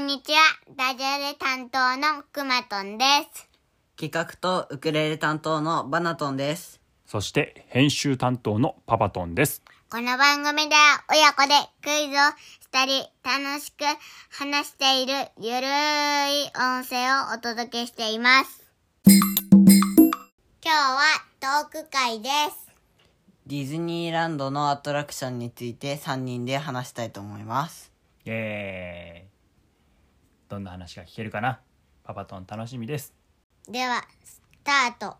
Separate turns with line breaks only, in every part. にちは、ダジャレ担当のくまとんです。
企画とウクレレ担当のバナトンです。
そして編集担当のパパトンです。
この番組では親子でクイズをしたり、楽しく話しているゆるい音声をお届けしています。今日はトーク会です。
ディズニーランドのアトラクションについて3人で話したいと思います。
イエーイどんな話が聞けるかなパパトン楽しみです。
では、スタート。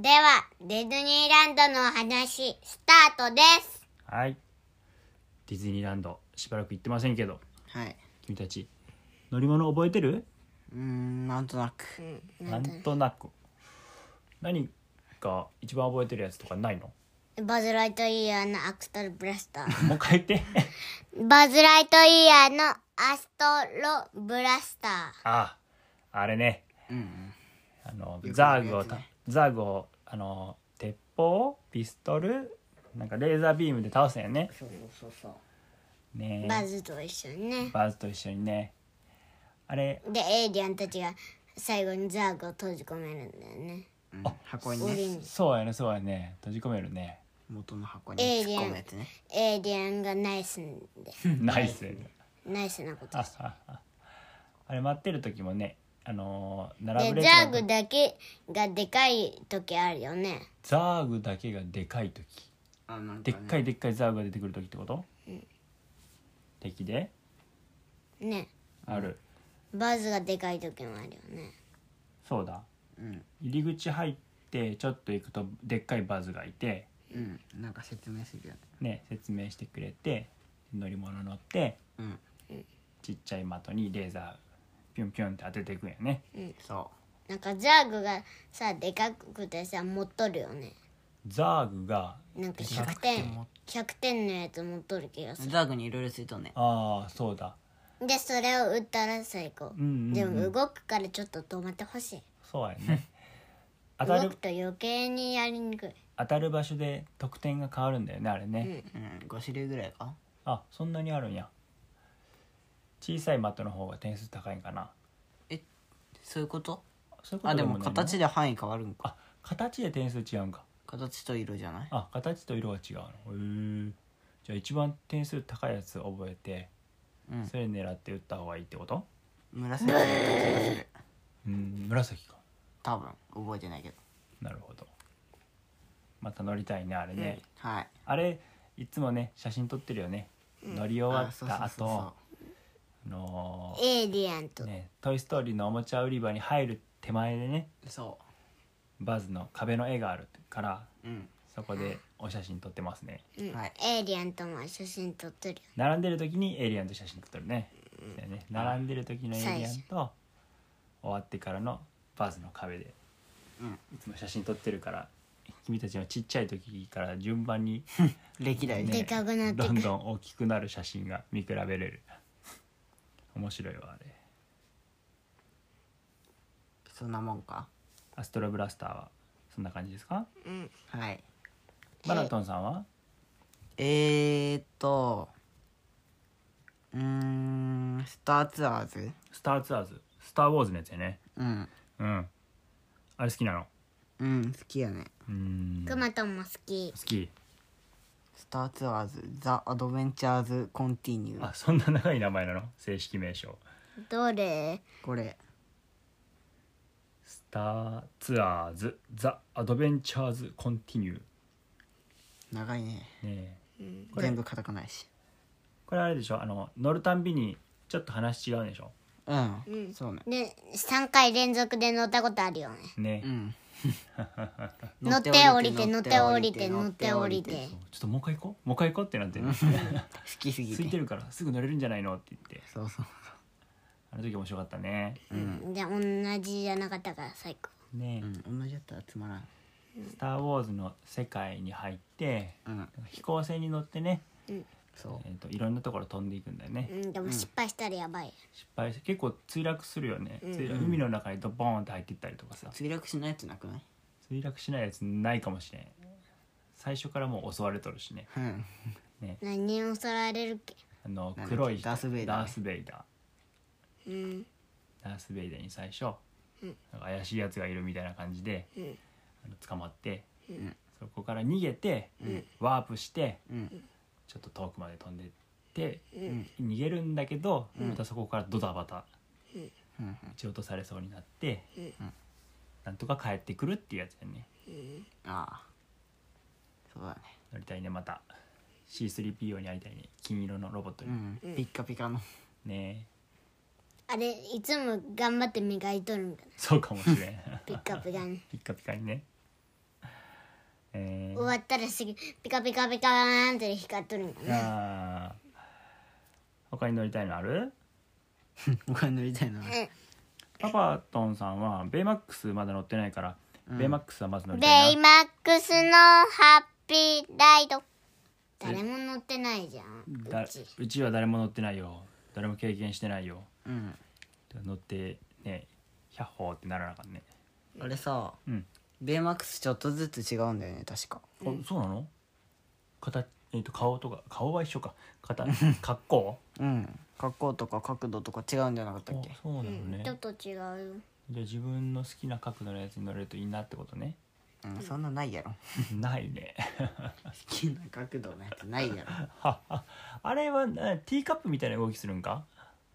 では、ディズニーランドのお話、スタートです。
はい。ディズニーランド、しばらく行ってませんけど、
はい。
君たち、乗り物覚えてる
うーん、なんとなく。
なんとなく。何か一番覚えてるやつとかないの
バズ・ライトイヤーのアクトルブラスター。
もう一回言 って。
バズ・ライトイヤーのアストロブラスタ
ああ、あれね。
うん。
あの
よく
ザ
ある
ーグをた
やつね
ザーグをあの鉄砲ピストルなんかレーザービームで倒すんよね
そうそうそう。
ね
ー。
え
バズと一緒にね。
バズと一緒にねあれ
で、エイリアンたちが最後にザーグを閉じ込めるんだよね。
うん、箱に
檻
ね、
に。
そうやねそうやね閉じ込めるね
元の箱に突っ込むやつね。
エイリアンがナイスんで、
ナイス
ナイスなこと
あ
です。
あああれ待ってる時もねあのー並ぶ
で、
列
ザ
の
ーグだけがでかい時あるよね。
ザーグだけがでかい時
あ、なんか、
でっ
ね。
かいでっかいザーグが出てくる時ってこと、敵で
ね。
ある、
バズがでかい時もあるよね。
そうだ
うん。
入り口入ってちょっと行くとでっかいバズがいて
うん。なんか説明するよね。
ね説明してくれて乗り物乗って
うん。
ちっちゃい的にレーザーピュンピュンって当てていくんやね
そ
なんかザーグがさ、でかくてさ、持っとるよね。
ザーグが
なんか
でか
100
くて
点
も、
100点のやつ持っとる気がす
う。
る。
ザーグにいろいろするとね。
ああそうだ
でそれを打ったら最高、
うんうんうん
でも動くからちょっと止まってほしい
そうや ね当た
動く
る
と余計にやりにくい
当たる場所で得点が変わるんだよねあれね、
うん。5種類ぐらいか。
あそんなにあるんや小さい的の方が点数高いんかな
そういうこと
そういうこと
あ、でも
ないの
形で範囲変わるんか。
あ形で点数違うんか
形と色じゃない
あ形と色が違うのへえじゃあ一番点数高いやつ覚えて、
うん
それ狙って打った方がいいってこと
紫の形がする。
うん紫か
多分。覚えてないけど。
なるほどまた乗りたいねあれね、
はい。
あれいつもね写真撮ってるよね、乗り終わ
あ
っ
そうそう
た
そうそう
後あの
エイリアン
ー
と、
ね「トイ・ストーリー」のおもちゃ売り場に入る手前でね
そ
バズの壁の絵があるから
う。うん。
そこでお写真撮ってますね
うん
はい
エイリアンとも写真撮ってるよ
並んでる時にエイリアンと写真撮るね,、だよね並んでる時のエイリアンと終わってからのバズの壁で
うん。
いつも写真撮ってるから君たちのちっちゃい時から順番に
歴代
ね
でかくなってく
どんどん大きくなる写真が見比べれる面白いわあれ
そんなもんか
アストロブラスターはそんな感じですか
うん
はい
バラトンさんは
えー、っとうーんスターツアーズ
スターツアーズスターウォーズのやつやね
うん
うんあれ好きなの
うん好きやね
うーん
ク
好
マとも好き
き
スターツアーズザ・アドベンチャーズ・コンティニュー
あそんな長い名前なの正式名称
どれ
これ
スターツアーズザ・アドベンチャーズ・コンティニューね
長いね
えこれ
全部カタカナやし
これあれでしょあの乗るたんびにちょっと話違うんでしょ
うん、
うん
そうね
で3回連続で乗ったことあるよね
ね、
うん
乗って降りて乗って降りて乗って降りて
そうちょっともう一回行こうもう一回行こうってなって、ね、
好きすぎ
空いてるからすぐ乗れるんじゃないのって言って
そうそう
あの時面白かったね
で同じじゃなかったから最高
ね、
うん同じやったらつまらん
スター・ウォーズ」の世界に入って
うん
飛行船に乗ってね、
そ
えー、といろんなところ飛んでいくんだよね、
うんでも失敗したらやばい、
失敗して結構墜落するよね、
ん
墜落海の中にドボーンって入っていったりとかさ
う墜落しないやつなくない
墜落しないやつないかもしれん最初からもう襲われとるしね
うん
何を襲われるっけ
あ
な
の
んだっけ
黒い人
ダースベイダーね
ダースベイダー
うん
ダース・ベイダーに最初、なんか怪しいやつがいるみたいな感じで、
うん
あの捕まって、そこから逃げて、ワープして、
うん
ちょっと遠くまで飛んでって、逃げるんだけど、またそこからドタバタ
うん
撃ち落とされそうになって、
うん
なんとか帰ってくるっていうやつだよね
うん
ああそうだね
乗りたいねまた C3PO に会いたいね金色のロボットに、
うんピッカピカ の
ね
あれいつも頑張って磨いとるんかな
そうかもしれん
ピッカピカに
ピッカピカにねえ
終
ー、
わったらすぐピカピカピカーンって光っとるんかな
あー他に乗りたいのある
僕が乗りたいな
パパトンさんはベイマックスまだ乗ってないから、ベイマックスはまず乗りた
ベ
い
イマ
な
ックスのハッピーライド誰も乗ってないじゃん
だ
うち
うちは誰も乗ってないよ誰も経験してないよ
うん
乗ってね百歩ってならなかったね
あれさ
うん
ベイマックスちょっとずつ違うんだよね確か
あ、そうなの形、えー、と顔とか顔は一緒か形格好
うん格好とか角度とか違うんじゃなかったっ
お
け
そうなのね、
ち
じ
ょ
ゃ
っと違うよ
あ自分の好きな角度のやつに乗れるといいなってことね
うんそんなないやろ
ないね
好きな角度のやつないや
ははあれはなティーカップみたいな動きするんか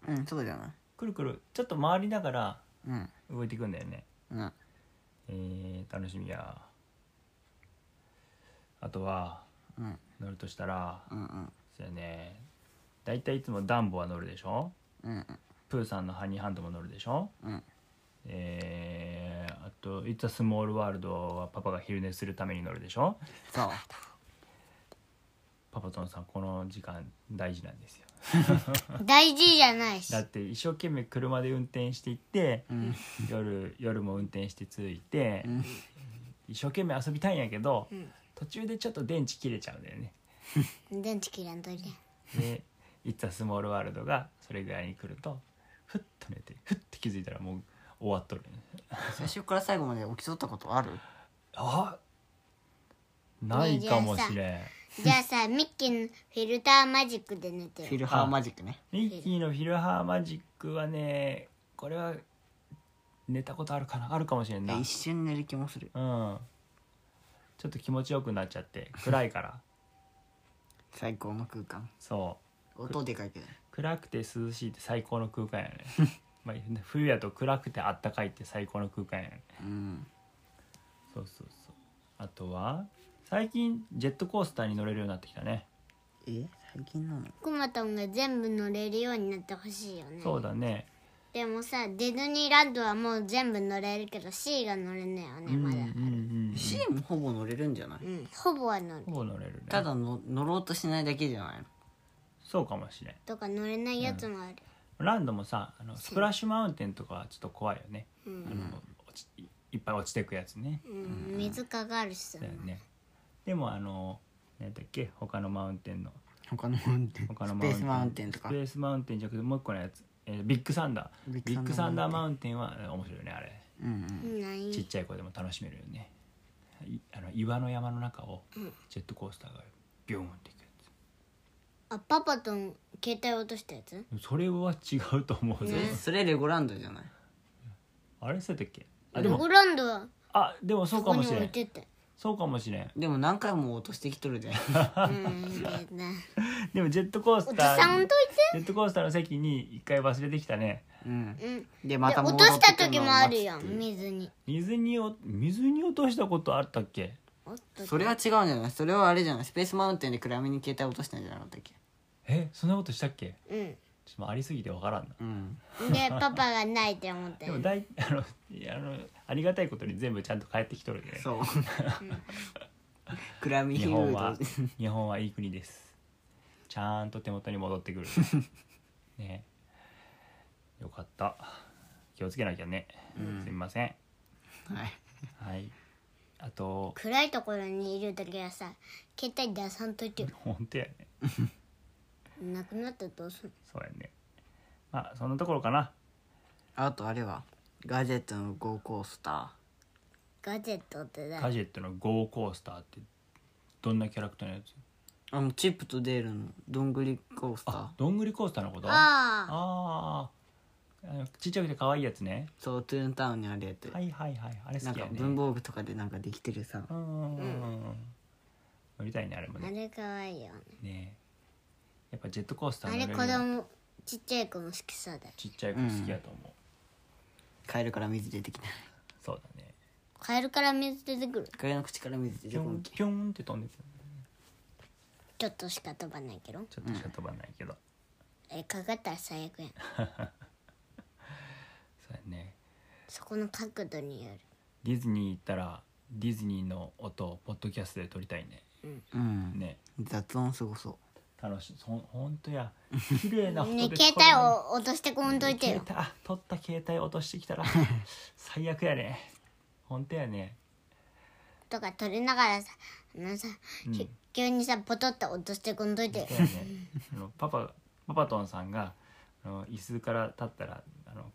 ろうんそうじゃない
くるくるちょっと回りながら
うん
動いていくんだよね
うん
えー、楽しみやあとは
うん
乗るとしたら、
うんうん
そうやね大体いつもダンボは乗るでしょ
うん
プーさんのハニーハンドも乗るでしょ
うん
えー、あと「いつスモールワールド」はパパが昼寝するために乗るでしょ
そう
パパとのさんこの時間大事なんですよ
大事じゃないし
だって一生懸命車で運転していって、
ん
夜夜も運転して着いて、一生懸命遊びたいんやけど、途中でちょっと電池切れちゃうんだよね
電池切らんといて
で「いつスモールワールド」がそれぐらいに来るとふっと寝てふって気づいたらもう終わっとる、ね、
最初から最後まで起きそうったことある
あないかもしれん
じゃあさミッキーのフィルターマジックで寝て
フィ
よ
ルハーマジックね
ミッキーのフィルハーマジックはねこれは寝たことあるかなあるかもしれんなう
え
ん
一瞬寝る気もする
ちょっと気持ちよくなっちゃって暗いから
最高の空間
そ
音でかいけど
う暗くて涼しいって最高の空間やねまあ冬やと暗くてあったかいって最高の空間やね
うん
そうそうそうあとは最近ジェットコースターに乗れるようになってきたね、
え最近なの
くまとんが全部乗れるようになってほしいよね
そうだね
でもさディズニーランドはもう全部乗れるけど C が乗れないよねまだ、
うんうんうん
C もほぼ乗れるんじゃない、
うん、ほぼは乗る
ほぼ乗れるね
ただの乗ろうとしないだけじゃないの
そうかもしれん
とか乗れないやつもある、
ランドもさあのスプラッシュマウンテンとかはちょっと怖いよね、あの落ちいっぱい落ちてくやつね、
うん水かかるしさ、
だよねでもあの何だっけ他のマウンテンの
他のマウンテン
他の
スペースマウンテンとか
スペースマウンテンじゃなくてもう一個のやつ、えービッグサンダー
ビ
ビ
ッグサンダー
ッグサンダーマウンテンはえー面白いよねあれ
うんうん
ない
ちっちゃい子でも楽しめるよねいあの岩の山の中をジェットコースターがビューンっていくや
あパパと携帯落としたやつ
つそれは違うと思うぞ、
それレゴランドじゃない
あれそうやったっけあ
レ
でも
ゴランドは
あでもそう
そ
か
こ
も
に
しれ
置い
ん
てった
そうかもしれん
でも何回も落としてきとるで
うんで な
でもジェットコー
お
ス
じ
ター
さん置いと
ジェットコースターの席に一回忘れてきたね
うん
いてうん
でま
で
た戻
落と
って
した
く
時
のを
もあ
待
る
つって
やん水に
水にお水に落としたことあったっけ
おっと
それは違うんじゃないそれはあれじゃないスペースマウンテンで暗めに携帯落としたんじゃなかったっけ
えそんなことしたっけ
うんで
ちょっともうありすぎてわからんな
うん
パパがないって思って
でもだい あのいやあのありがたいことに全部ちゃんと帰ってきとるね
そう 暗み
日本は
フード
日本はいい国ですちゃんと手元に戻ってくるねよかった気をつけなきゃね、すみません
はい
はいあと
暗いところにいる時はさ携帯出さんといてよ
本当やね
なくなったらどうすんの
そうやねまあそんなところかな
あとあれはガジェットのゴーコースタ
ガジェットってだ
ガジェットのゴーコースターってどんなキャラクターのやつ
ーあのチップとデールのどんぐりコースター
あどんぐりコースターのこと
あ
あーあのちっちゃくて可愛いやつね
そうトゥーンタウンにあるやつ、
はいはいはいあれ
な
好
ん
きや
か
ね
文房具とかでなんかできてるさ
うんうんうんうん乗りたいねあれも
あ
ね
れかわいいよね
ねやっぱジェットコースタ
あ
ー乗
れ
れる
子
の
供ちっちゃい子も好きそうだよ
ちっちゃい子好きやと思う、
カエルから水出てきた
そうだね
カエルから水出てくる
カエルの口から水出
ピ
て
ョ
こん
ン
け
ピョンって飛んでて
ちょっとしか飛ばないけど
ちょっとしか飛ばないけど、
えかかったら最悪やん
そうやね
そこの角度による
ディズニー行ったらディズニーの音をポッドキャストで撮りたいね
うん
ね
雑音すごそ
楽しいほんほんとや綺麗な音
ね
で
携帯を落としてこんといて
携
よ
帯あ撮った携帯落とし てきたら最悪やねほんとやね
とか撮りながらさあのさ、
うん
き急にさポトッと落としてこんといてよ
そうやねあの パパパパトンさんがあの椅子から立ったらあの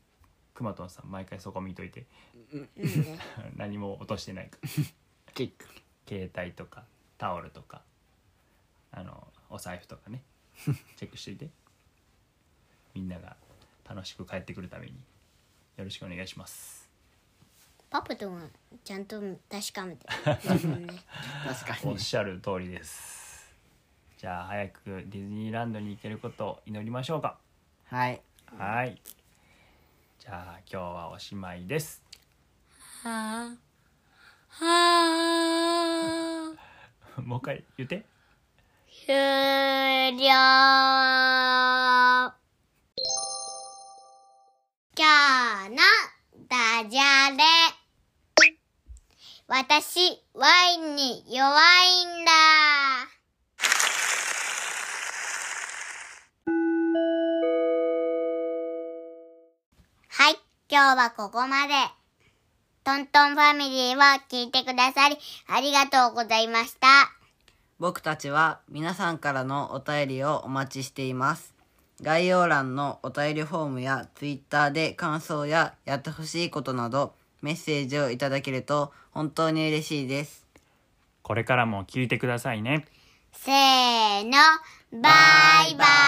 クマトンさん毎回そこ見といて
なんで
何も落としてないか
うチェック
携帯とかタオルとかあのお財布とかねチェックしていてみんなが楽しく帰ってくるためによろしくお願いします
パパともちゃんと確かめ て自分で
確か
お
に
っしゃる通りですじゃあ早くディズニーランドに行けることを祈りましょうか
はい
はいじゃあ今日はおしまいです
はあはあ
もう一回言って
終了今日のダジャレ私ワインに弱いんだはい今日はここまでトントンファミリーを聞いてくださりありがとうございました。
僕たちは皆さんからのお便りをお待ちしています概要欄のお便りフォームや Twitter で感想ややってほしいことなどメッセージをいただけると本当に嬉しいです
これからも聞いてくださいね
せーの、バイバイ